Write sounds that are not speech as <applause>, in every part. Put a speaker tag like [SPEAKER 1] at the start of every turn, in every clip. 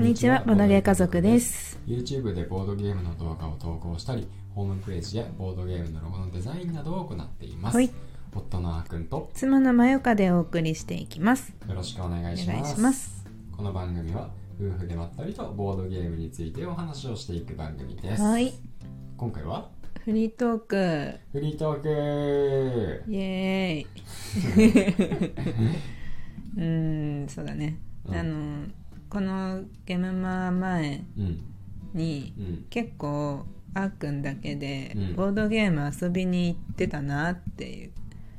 [SPEAKER 1] にちは、ボドゲ家族です。
[SPEAKER 2] YouTube でボードゲームの動画を投稿したり、ホームページやボードゲームのロゴのデザインなどを行っています。はい、夫のあくんと
[SPEAKER 1] 妻のまよかでお送りしていきます。
[SPEAKER 2] よろしくお願いします。ますこの番組は夫婦でまったりとボードゲームについてお話をしていく番組です。
[SPEAKER 1] はい、
[SPEAKER 2] 今回は
[SPEAKER 1] フリートーク。
[SPEAKER 2] フリートーク
[SPEAKER 1] イエーイ。 <laughs> うん、そうだね。うん、あのこのゲームマ前に、
[SPEAKER 2] うん、
[SPEAKER 1] 結構あっくんだけで、
[SPEAKER 2] うん、
[SPEAKER 1] ボードゲーム遊びに行ってたなっていう。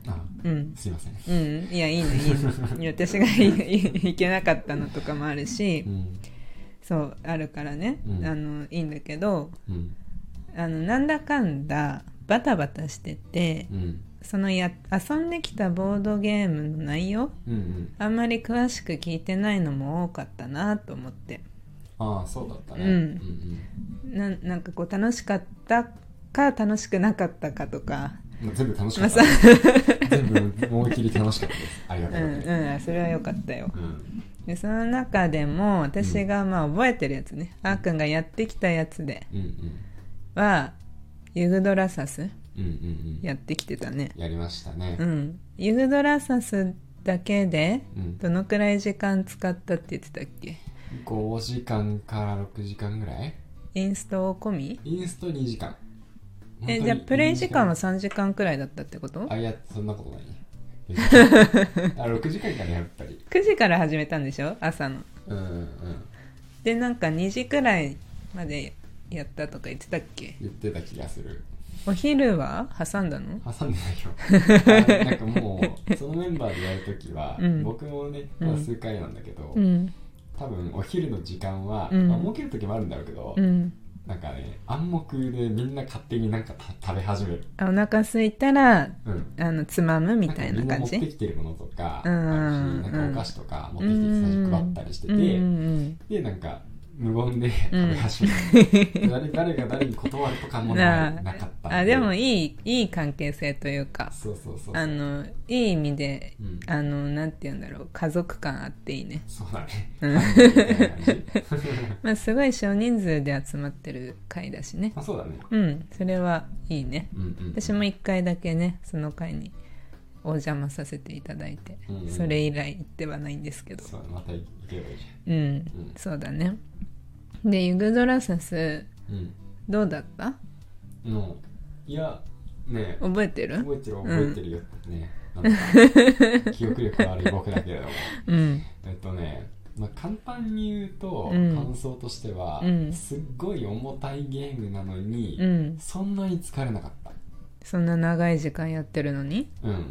[SPEAKER 2] あ
[SPEAKER 1] うん、
[SPEAKER 2] すいません、
[SPEAKER 1] うん、いやいいのい <laughs> いの私が行けなかったのとかもあるし、そうあるからね、あのいいんだけど、あのなんだかんだバタバタしてて、そのや遊んできたボードゲームの内容、
[SPEAKER 2] うんうん、
[SPEAKER 1] あんまり詳しく聞いてないのも多かったなと思って
[SPEAKER 2] ああそうだったね、
[SPEAKER 1] うんうんうん、ななんかこう楽しかったか楽しくなかったかとか
[SPEAKER 2] 全部楽しかった、全部思い切り楽しかったですありがとう
[SPEAKER 1] <laughs> うん、うん、それはよかったよ、
[SPEAKER 2] うん、
[SPEAKER 1] でその中でも私がまあ覚えてるやつね、うん、あーくんがやってきたやつでは、うんうん、ユグドラサス、
[SPEAKER 2] うんうんうん、
[SPEAKER 1] やってきてたね
[SPEAKER 2] やりましたね
[SPEAKER 1] うんユグドラサスだけでどのくらい時間使ったって言ってたっけ、
[SPEAKER 2] うん、5時間から6時間ぐらい
[SPEAKER 1] インストを込み
[SPEAKER 2] インスト2時間
[SPEAKER 1] えじゃあプレイ時間は3時間くらいだったってこと
[SPEAKER 2] あいやそんなことないあ6時間からやっぱり
[SPEAKER 1] 9時から始めたんでしょ朝の
[SPEAKER 2] うんうん
[SPEAKER 1] でなんか2時くらいまでやったとか言ってたっけ
[SPEAKER 2] 言ってた気がする
[SPEAKER 1] お昼は挟んだの
[SPEAKER 2] 挟んでないよなんかもうそのメンバーでやる時は、
[SPEAKER 1] うん、
[SPEAKER 2] 僕もね、まあ、数回なんだけど、
[SPEAKER 1] うん、
[SPEAKER 2] 多分お昼の時間は、
[SPEAKER 1] うん
[SPEAKER 2] まあ、儲ける時もあるんだろうけど、
[SPEAKER 1] うん、
[SPEAKER 2] なんかね暗黙でみんな勝手になんか食べ始める
[SPEAKER 1] お腹空いたら、、
[SPEAKER 2] うん
[SPEAKER 1] あのつまむみたいな感じ
[SPEAKER 2] 持ってきてるものとか,、
[SPEAKER 1] うん、
[SPEAKER 2] なんかお菓子とか持ってきて最初配ったりしてて、
[SPEAKER 1] うん、
[SPEAKER 2] でなんか無言で食べ始めた、うん、誰誰が誰に断るとかもななかった
[SPEAKER 1] あでもいいいい関係性というか
[SPEAKER 2] そうそうそう
[SPEAKER 1] あのいい意味で、
[SPEAKER 2] うん、
[SPEAKER 1] あのなんて言うんだろう家族感あっていいね
[SPEAKER 2] そうだ
[SPEAKER 1] ね、 <laughs> まあすごい少人数で集まってる会だしね
[SPEAKER 2] あそうだね
[SPEAKER 1] うんそれはいいね、
[SPEAKER 2] うんうん、
[SPEAKER 1] 私も一回だけねその会にお邪魔させていただいて、
[SPEAKER 2] うんうん、
[SPEAKER 1] それ以来行ってはないんですけど
[SPEAKER 2] そうまた行けばいい
[SPEAKER 1] じゃんうん、
[SPEAKER 2] うん、
[SPEAKER 1] そうだねでユグドラサス、
[SPEAKER 2] うん、
[SPEAKER 1] どうだった
[SPEAKER 2] のいやね
[SPEAKER 1] 覚えてる
[SPEAKER 2] 覚えてる覚えてるよ、うん、ね
[SPEAKER 1] <laughs>
[SPEAKER 2] なんか記憶力悪い僕だけれども、
[SPEAKER 1] うん、
[SPEAKER 2] えっとね、まあ、簡単に言うと、
[SPEAKER 1] うん、
[SPEAKER 2] 感想としては、
[SPEAKER 1] うん、
[SPEAKER 2] すっごい重たいゲームなのに、
[SPEAKER 1] うん、
[SPEAKER 2] そんなに疲れなかった
[SPEAKER 1] そんな長い時間やってるのに、
[SPEAKER 2] うんうん、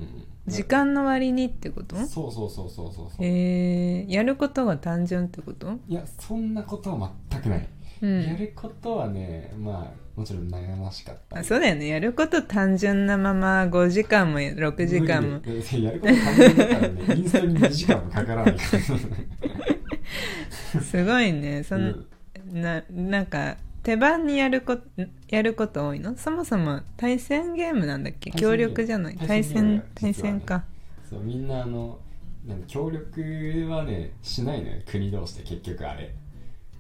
[SPEAKER 1] 時間の割にってこと
[SPEAKER 2] そうそうそうそうそう
[SPEAKER 1] えー、やることが単純ってこと
[SPEAKER 2] いやそんなことは全くない、
[SPEAKER 1] うん、
[SPEAKER 2] やることはねまあもちろん悩ましかった
[SPEAKER 1] あそうだよねやること単純なまま5時間も6時間も
[SPEAKER 2] やること単純だから
[SPEAKER 1] <laughs>
[SPEAKER 2] ねインストに2時間もかからない
[SPEAKER 1] <laughs> すごいねその、
[SPEAKER 2] うん、
[SPEAKER 1] ななんか手番にやるこやること多いのそもそも対戦ゲームなんだっけ協力じゃない対戦対戦、ね,、か
[SPEAKER 2] そうみんなあの協力はねしないのよ国同士で結局あれ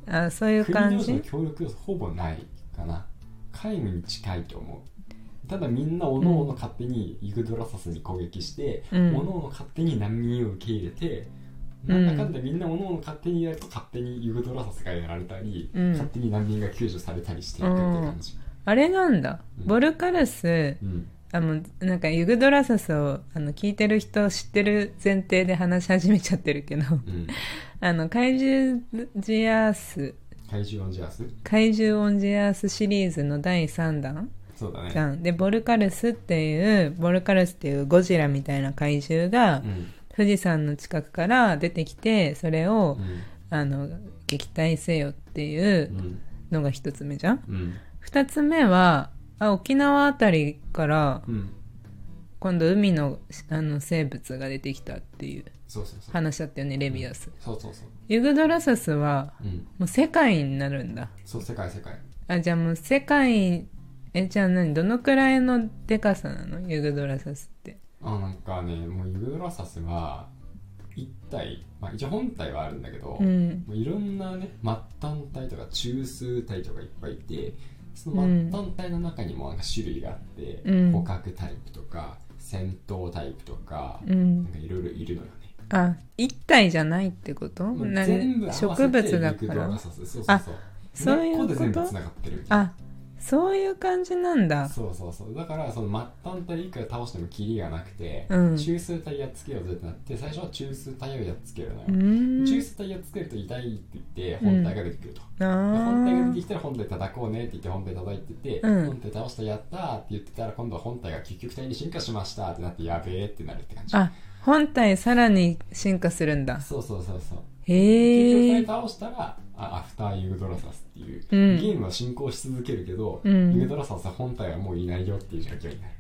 [SPEAKER 1] あそういう感じ
[SPEAKER 2] 国同士の協力ほぼないかな皆無に近いと思うただみんなおのおの勝手にイグドラサスに攻撃して、
[SPEAKER 1] うん、
[SPEAKER 2] おのおの勝手に難民を受け入れてなんだかんだみんなおのおの勝手にやると勝手にユグドラサスがやられたり、
[SPEAKER 1] うん、
[SPEAKER 2] 勝手に難民が救助されたりしていくって感じ、
[SPEAKER 1] あれなんだ、うん、ボルカルス、
[SPEAKER 2] うん、
[SPEAKER 1] あのなんかユグドラサスをあの聞いてる人知ってる前提で話し始めちゃってるけど、あの怪獣ジアース
[SPEAKER 2] 怪獣オンジアース
[SPEAKER 1] 怪獣オンジアースシリーズの第3弾
[SPEAKER 2] そうだね
[SPEAKER 1] じゃんでボルカルスっていうボルカルスっていうゴジラみたいな怪獣が、富士山の近くから出てきてそれを、
[SPEAKER 2] うん、
[SPEAKER 1] あの撃退せよっていうのが一つ目じゃん、
[SPEAKER 2] うん、
[SPEAKER 1] 二つ目はあ沖縄あたりから、
[SPEAKER 2] うん、
[SPEAKER 1] 今度海のあの生物が出てきたっていう話だったよねレビアス、
[SPEAKER 2] そうそうそう
[SPEAKER 1] ユグドラサスは、もう世界になるんだ
[SPEAKER 2] そう世界世界
[SPEAKER 1] あじゃあもう世界えじゃあ何どのくらいのでかさなのユグドラサスって
[SPEAKER 2] あなんかねもうユーロサスは一体、まあ、一応本体はあるんだけど、
[SPEAKER 1] うん
[SPEAKER 2] もういろんなね末端体とか中枢体とかいっぱいいてその末端体の中にもなんか種類があって、
[SPEAKER 1] うん
[SPEAKER 2] 捕獲タイプとか戦闘タイプとか、
[SPEAKER 1] う
[SPEAKER 2] なん
[SPEAKER 1] ん
[SPEAKER 2] かいろいろいるのよね、
[SPEAKER 1] あ一体じゃないってこと
[SPEAKER 2] もう
[SPEAKER 1] な
[SPEAKER 2] 全部合わせて
[SPEAKER 1] 植物だ
[SPEAKER 2] 肉
[SPEAKER 1] か
[SPEAKER 2] とガ
[SPEAKER 1] ら
[SPEAKER 2] サスそうそう
[SPEAKER 1] あ
[SPEAKER 2] そう
[SPEAKER 1] そういうこと
[SPEAKER 2] 根っこで全部つながってるみたいな
[SPEAKER 1] あそういう感じなんだ
[SPEAKER 2] そうそうそうだからその末端体いくら倒してもキリがなくて、
[SPEAKER 1] うん
[SPEAKER 2] 中枢体やっつけようぜってなって最初は中枢体をやっつけるのよ、
[SPEAKER 1] うーん
[SPEAKER 2] 中枢体やっつけると痛いって言って本体が出てくると、
[SPEAKER 1] あ
[SPEAKER 2] で本体が出て
[SPEAKER 1] ー
[SPEAKER 2] きたら本体叩こうねって言って本体叩いてて、
[SPEAKER 1] うん
[SPEAKER 2] 本体倒したやったーって言ってたら今度は本体が究極体に進化しましたってなってやべえってなるって感じ
[SPEAKER 1] あ本体さらに進化するんだ
[SPEAKER 2] そうそうそうそう究
[SPEAKER 1] へ
[SPEAKER 2] 極
[SPEAKER 1] え
[SPEAKER 2] 体倒したらあアフターユグドラサスっていう、
[SPEAKER 1] うん
[SPEAKER 2] ゲームは進行し続けるけど、
[SPEAKER 1] うん
[SPEAKER 2] ユグドラサスは本体はもういないよっていう状況になる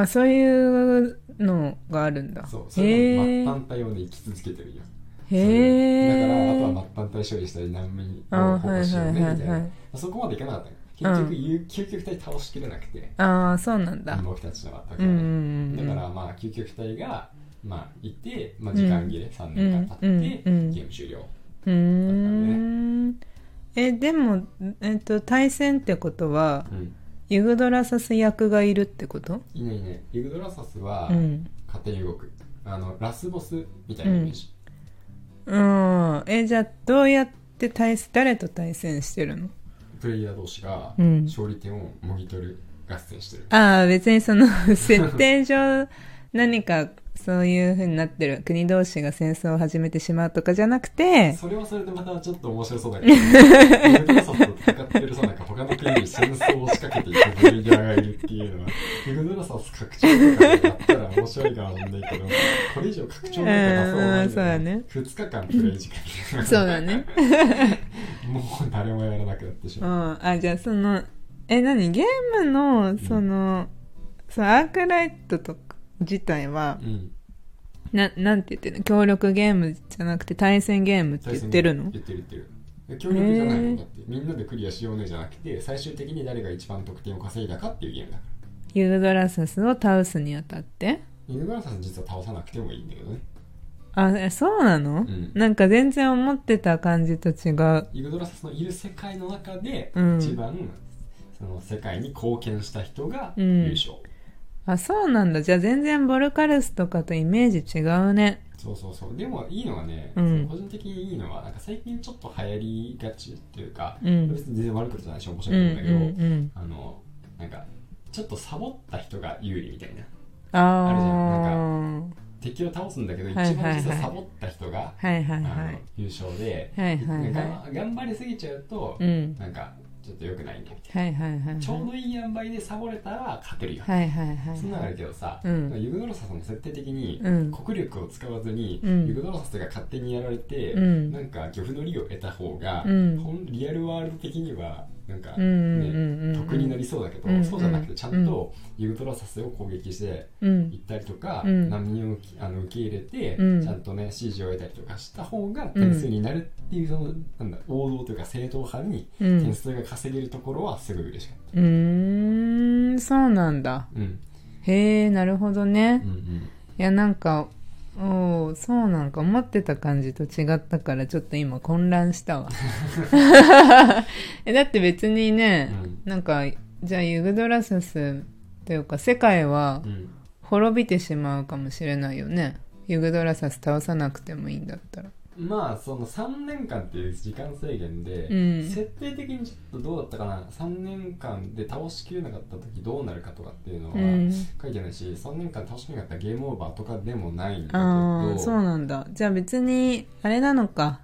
[SPEAKER 1] あそういうのがあるんだ
[SPEAKER 2] そうそれ
[SPEAKER 1] へ
[SPEAKER 2] も末
[SPEAKER 1] え
[SPEAKER 2] 端体をね生き続けてるよ
[SPEAKER 1] へえ
[SPEAKER 2] だからあとは末端体処理したり難民に
[SPEAKER 1] あ
[SPEAKER 2] こうこうしようねみたいな、
[SPEAKER 1] はいはいはいはい
[SPEAKER 2] そこまでいかなかったよ結局、
[SPEAKER 1] うん
[SPEAKER 2] ゆ究極体倒しきれなくて
[SPEAKER 1] ああそうなんだ
[SPEAKER 2] 僕たちのはった
[SPEAKER 1] う
[SPEAKER 2] か
[SPEAKER 1] ん
[SPEAKER 2] ら
[SPEAKER 1] う
[SPEAKER 2] ね、
[SPEAKER 1] んう
[SPEAKER 2] だ
[SPEAKER 1] ん
[SPEAKER 2] からまあ究極体がまあいて、まあ、時間切れ、3年間経って、
[SPEAKER 1] うんうんうん
[SPEAKER 2] ゲーム終了
[SPEAKER 1] うーんえでも、えっと、対戦ってことは
[SPEAKER 2] うん
[SPEAKER 1] ユグドラサス役がいるってこと
[SPEAKER 2] いいねいいねユグドラサスは
[SPEAKER 1] うん
[SPEAKER 2] 勝手に動く、あのラスボスみたいなイメージ、
[SPEAKER 1] うんえじゃあどうやって対戦誰と対戦してるの
[SPEAKER 2] プレイヤー同士が
[SPEAKER 1] うん
[SPEAKER 2] 勝利点をもぎ取る合戦してる、
[SPEAKER 1] ああ別にその設定上何かそういうふうになってる国同士が戦争を始めてしまうとかじゃなく
[SPEAKER 2] <laughs>
[SPEAKER 1] て
[SPEAKER 2] それはそれでまたちょっと面白そうだ
[SPEAKER 1] <laughs>
[SPEAKER 2] けどユグドラサスと戦ってるさなんか他の国に戦争を仕掛けていくプレイヤーがいるっていうのはユグドラサス拡張とかやったら面白いかもしれないけどこれ以上拡張なんか出そう
[SPEAKER 1] うんそうだ
[SPEAKER 2] <laughs>
[SPEAKER 1] ね
[SPEAKER 2] 2日間プレイ時間
[SPEAKER 1] そうだ
[SPEAKER 2] <laughs>
[SPEAKER 1] ね
[SPEAKER 2] もう誰もやらなくなってし
[SPEAKER 1] う
[SPEAKER 2] まうん
[SPEAKER 1] あじゃあそのえ何ゲームのその、そのアークライトとか自体は
[SPEAKER 2] うん
[SPEAKER 1] ななんて言ってるの協力ゲームじゃなくて対戦ゲームって言ってるの
[SPEAKER 2] 言ってる言ってる協力じゃない
[SPEAKER 1] へ
[SPEAKER 2] の
[SPEAKER 1] ー
[SPEAKER 2] だってみんなでクリアしようねじゃなくて最終的に誰が一番得点を稼いだかっていうゲームだか
[SPEAKER 1] ユードラサスを倒すにあたって
[SPEAKER 2] ら犬村さん実は倒さなくてもいいんだけどね
[SPEAKER 1] あえそうなの、
[SPEAKER 2] ん
[SPEAKER 1] なんか全然思ってた感じと違う
[SPEAKER 2] イグドラサスのいる世界の中で
[SPEAKER 1] うん
[SPEAKER 2] 一番、その世界に貢献した人が
[SPEAKER 1] うん
[SPEAKER 2] 優勝、
[SPEAKER 1] あそうなんだじゃあ全然ボルカルスとかとイメージ違うね
[SPEAKER 2] そうそうそうでもいいのはね、
[SPEAKER 1] うん
[SPEAKER 2] 個人的にいいのはなんか最近ちょっと流行りがちっていうか、
[SPEAKER 1] うん
[SPEAKER 2] 別に全然悪いことじゃないし面
[SPEAKER 1] う
[SPEAKER 2] 白
[SPEAKER 1] ん
[SPEAKER 2] いと
[SPEAKER 1] う
[SPEAKER 2] 思うんだけど、
[SPEAKER 1] ん
[SPEAKER 2] あのなんかちょっとサボった人が有利みたいな
[SPEAKER 1] うんあ
[SPEAKER 2] あるじゃ
[SPEAKER 1] あ
[SPEAKER 2] 敵を倒すんだけど、
[SPEAKER 1] はいはいはい
[SPEAKER 2] 一番実はサボった人が、
[SPEAKER 1] はいはい
[SPEAKER 2] あ
[SPEAKER 1] は
[SPEAKER 2] の
[SPEAKER 1] い
[SPEAKER 2] 優勝で、
[SPEAKER 1] はいはいは
[SPEAKER 2] な
[SPEAKER 1] い
[SPEAKER 2] んか頑張りすぎちゃうと、
[SPEAKER 1] うん
[SPEAKER 2] なんかちょっと良くないねみたい
[SPEAKER 1] はいはいはいは
[SPEAKER 2] な、
[SPEAKER 1] い
[SPEAKER 2] ちょうどいい塩梅でサボれたら勝てるよ、
[SPEAKER 1] はいはいはい
[SPEAKER 2] そんなのあるけどさ、
[SPEAKER 1] うん
[SPEAKER 2] ユグドラサスの設定的に、
[SPEAKER 1] うん
[SPEAKER 2] 国力を使わずに、
[SPEAKER 1] うん
[SPEAKER 2] ユグドラサスが勝手にやられて、
[SPEAKER 1] うん
[SPEAKER 2] なんか漁夫の利を得た方が、
[SPEAKER 1] うん
[SPEAKER 2] ほんリアルワールド的にはなんか、ね
[SPEAKER 1] うんうんうんうん
[SPEAKER 2] 得になりそうだけど、
[SPEAKER 1] うん
[SPEAKER 2] そうじゃなくてちゃんとユグドラサスを攻撃して
[SPEAKER 1] うん
[SPEAKER 2] 行ったりとか、
[SPEAKER 1] うん
[SPEAKER 2] 難民を受けあの受け入れて、
[SPEAKER 1] うん
[SPEAKER 2] ちゃんとね支持を得たりとかした方が点数になるっていう、そのなんだ王道というか正統派に
[SPEAKER 1] うん
[SPEAKER 2] 点数が稼げるところはすごい嬉しかっ
[SPEAKER 1] うーんそうなんだ
[SPEAKER 2] た。うん
[SPEAKER 1] へえなるほどね
[SPEAKER 2] うんうん
[SPEAKER 1] いやなんかおーそうなんか思ってた感じと違ったからちょっと今混乱した <laughs> わえだって別にね、なんかじゃあユグドラサスというか世界は
[SPEAKER 2] うん
[SPEAKER 1] 滅びてしまうかもしれないよねユグドラサス倒さなくてもいいんだったら
[SPEAKER 2] まあその3年間っていう時間制限で、
[SPEAKER 1] うん
[SPEAKER 2] 設定的にちょっとどうだったかな3年間で倒しきれなかった時どうなるかとかっていうのは
[SPEAKER 1] うん
[SPEAKER 2] 書いてないし、3年間倒しきれなかったらゲームオーバーとかでもないんだけど
[SPEAKER 1] ああそうなんだじゃあ別にあれなのか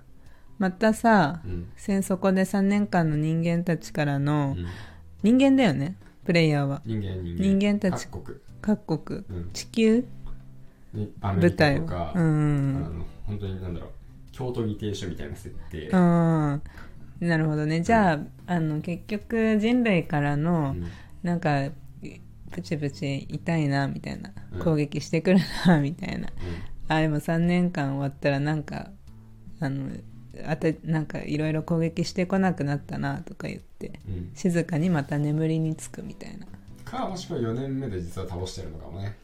[SPEAKER 1] またさ
[SPEAKER 2] うん
[SPEAKER 1] 戦そこで3年間の人間たちから
[SPEAKER 2] う
[SPEAKER 1] の
[SPEAKER 2] ん
[SPEAKER 1] 人間だよねプレイヤーは
[SPEAKER 2] 人間人間
[SPEAKER 1] 人間たち
[SPEAKER 2] 各国、
[SPEAKER 1] 各国
[SPEAKER 2] うん、
[SPEAKER 1] 地球
[SPEAKER 2] にアメ
[SPEAKER 1] 舞
[SPEAKER 2] リカ
[SPEAKER 1] 台
[SPEAKER 2] と
[SPEAKER 1] を
[SPEAKER 2] か、
[SPEAKER 1] う
[SPEAKER 2] あ
[SPEAKER 1] ん
[SPEAKER 2] の本当になんだろう京都議定書みたいな設定、
[SPEAKER 1] うんなるほどねじゃあ,、あの結局人類からの、
[SPEAKER 2] うん
[SPEAKER 1] なんかプチプチ痛いなみたいな
[SPEAKER 2] うん
[SPEAKER 1] 攻撃してくるなみたいな、あでも3年間終わったらなんかあのあたなんかいろいろ攻撃してこなくなったなとか言って
[SPEAKER 2] うんうん
[SPEAKER 1] 静かにまた眠りにつくみたいな <laughs>
[SPEAKER 2] かもしくは4年目で実は倒してるのかもね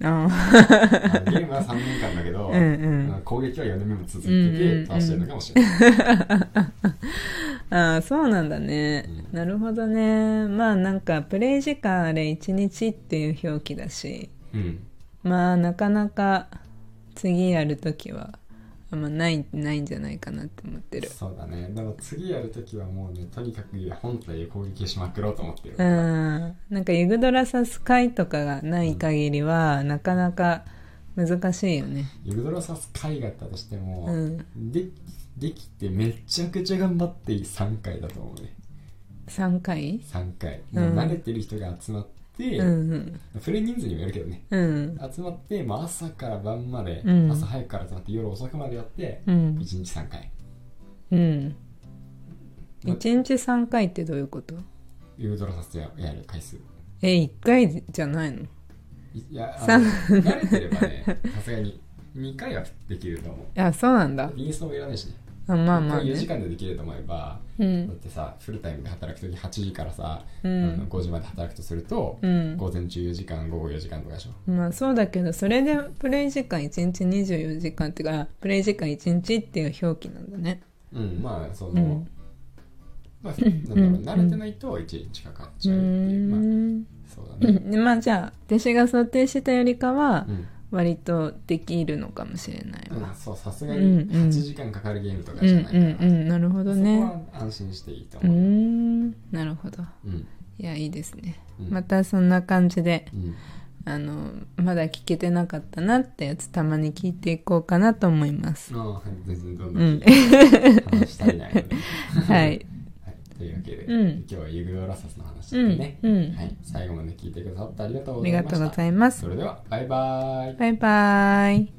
[SPEAKER 1] あ
[SPEAKER 2] あのゲームは3年間だけど、
[SPEAKER 1] うんうん
[SPEAKER 2] あの攻撃は4年目も続け
[SPEAKER 1] うんう
[SPEAKER 2] て
[SPEAKER 1] ん
[SPEAKER 2] 倒してるのかもしれない。
[SPEAKER 1] あああそうなんだね、
[SPEAKER 2] う
[SPEAKER 1] なるほどねまあなんかプレイ時間あれ1日っていう表記だし
[SPEAKER 2] うん。
[SPEAKER 1] まあなかなか次やるときはあんまないないんじゃないかなって思ってる
[SPEAKER 2] そうだね。だから次やるときはもうね、とにかく本体で攻撃しまくろうと思ってる。
[SPEAKER 1] うんなんかユグドラサス会とかがない限りは、なかなか難しいよね
[SPEAKER 2] ユグドラサス回だったとしても、
[SPEAKER 1] うん
[SPEAKER 2] でできてめちゃくちゃ頑張って3回だと思うね。
[SPEAKER 1] 3回
[SPEAKER 2] 3回。
[SPEAKER 1] う
[SPEAKER 2] もうん慣れてる人が集まって、
[SPEAKER 1] うん
[SPEAKER 2] フル人数にもよるけどね。
[SPEAKER 1] うん
[SPEAKER 2] 集まって、まあ、朝から晩まで、
[SPEAKER 1] うん
[SPEAKER 2] 朝早くから集まって夜遅くまでやって、
[SPEAKER 1] うん
[SPEAKER 2] 一1日3回
[SPEAKER 1] うん1日3回ってどういうこと
[SPEAKER 2] ユードラサスややる回数
[SPEAKER 1] え1回じゃないの
[SPEAKER 2] いいや
[SPEAKER 1] さ
[SPEAKER 2] あの慣れてればねさすがに2回はできると思う
[SPEAKER 1] あそうなんだ
[SPEAKER 2] ビーストもいらないしね
[SPEAKER 1] あまあまあ
[SPEAKER 2] 4時
[SPEAKER 1] ね
[SPEAKER 2] 間でできると思えば、
[SPEAKER 1] う
[SPEAKER 2] だっ
[SPEAKER 1] ん
[SPEAKER 2] てさフルタイムで働く時8時からさ、
[SPEAKER 1] う
[SPEAKER 2] あの
[SPEAKER 1] ん
[SPEAKER 2] 5時まで働くとすると、
[SPEAKER 1] うん
[SPEAKER 2] 午前中4時間午後4時間とかでしょ
[SPEAKER 1] まあそうだけどそれでプレイ時間1日24時間っていうかプレイ時間1日っていう表記なんだね
[SPEAKER 2] うんまあその、
[SPEAKER 1] うん
[SPEAKER 2] まあ、なんだろう
[SPEAKER 1] うん
[SPEAKER 2] 慣れてないと1日かかっ
[SPEAKER 1] う
[SPEAKER 2] ちゃうっていう、まあ、
[SPEAKER 1] ん
[SPEAKER 2] そうだ
[SPEAKER 1] う
[SPEAKER 2] ね、
[SPEAKER 1] んでまあじゃあ私が想定してたよりかは
[SPEAKER 2] うん
[SPEAKER 1] 割とできるのかもしれない
[SPEAKER 2] うん
[SPEAKER 1] わ、
[SPEAKER 2] そうさすが
[SPEAKER 1] うん
[SPEAKER 2] に
[SPEAKER 1] う
[SPEAKER 2] 8
[SPEAKER 1] ん
[SPEAKER 2] 時間かかるゲームとか
[SPEAKER 1] う
[SPEAKER 2] じゃ
[SPEAKER 1] ん
[SPEAKER 2] ないから、
[SPEAKER 1] うんうんなるほどね
[SPEAKER 2] そこは安心していいと
[SPEAKER 1] うー
[SPEAKER 2] 思う、
[SPEAKER 1] んなるほど
[SPEAKER 2] うん
[SPEAKER 1] いやいいですね
[SPEAKER 2] うん
[SPEAKER 1] またそんな感じで
[SPEAKER 2] うん
[SPEAKER 1] あのまだ聞けてなかったなってやつたまに聞いていこうかなと思います
[SPEAKER 2] ああ全然どん
[SPEAKER 1] う
[SPEAKER 2] どん
[SPEAKER 1] ん
[SPEAKER 2] 聞いて話したいな、ね
[SPEAKER 1] <laughs> は、
[SPEAKER 2] は
[SPEAKER 1] い
[SPEAKER 2] い、というわけで、
[SPEAKER 1] うん
[SPEAKER 2] 今日はユグドラサスの話
[SPEAKER 1] う
[SPEAKER 2] だったね
[SPEAKER 1] ん、うん
[SPEAKER 2] はい、最後まで聞いてくださってありがとう
[SPEAKER 1] あ
[SPEAKER 2] ござ
[SPEAKER 1] り
[SPEAKER 2] いま
[SPEAKER 1] が
[SPEAKER 2] した
[SPEAKER 1] とうございます
[SPEAKER 2] それではバイバイ
[SPEAKER 1] バイバイ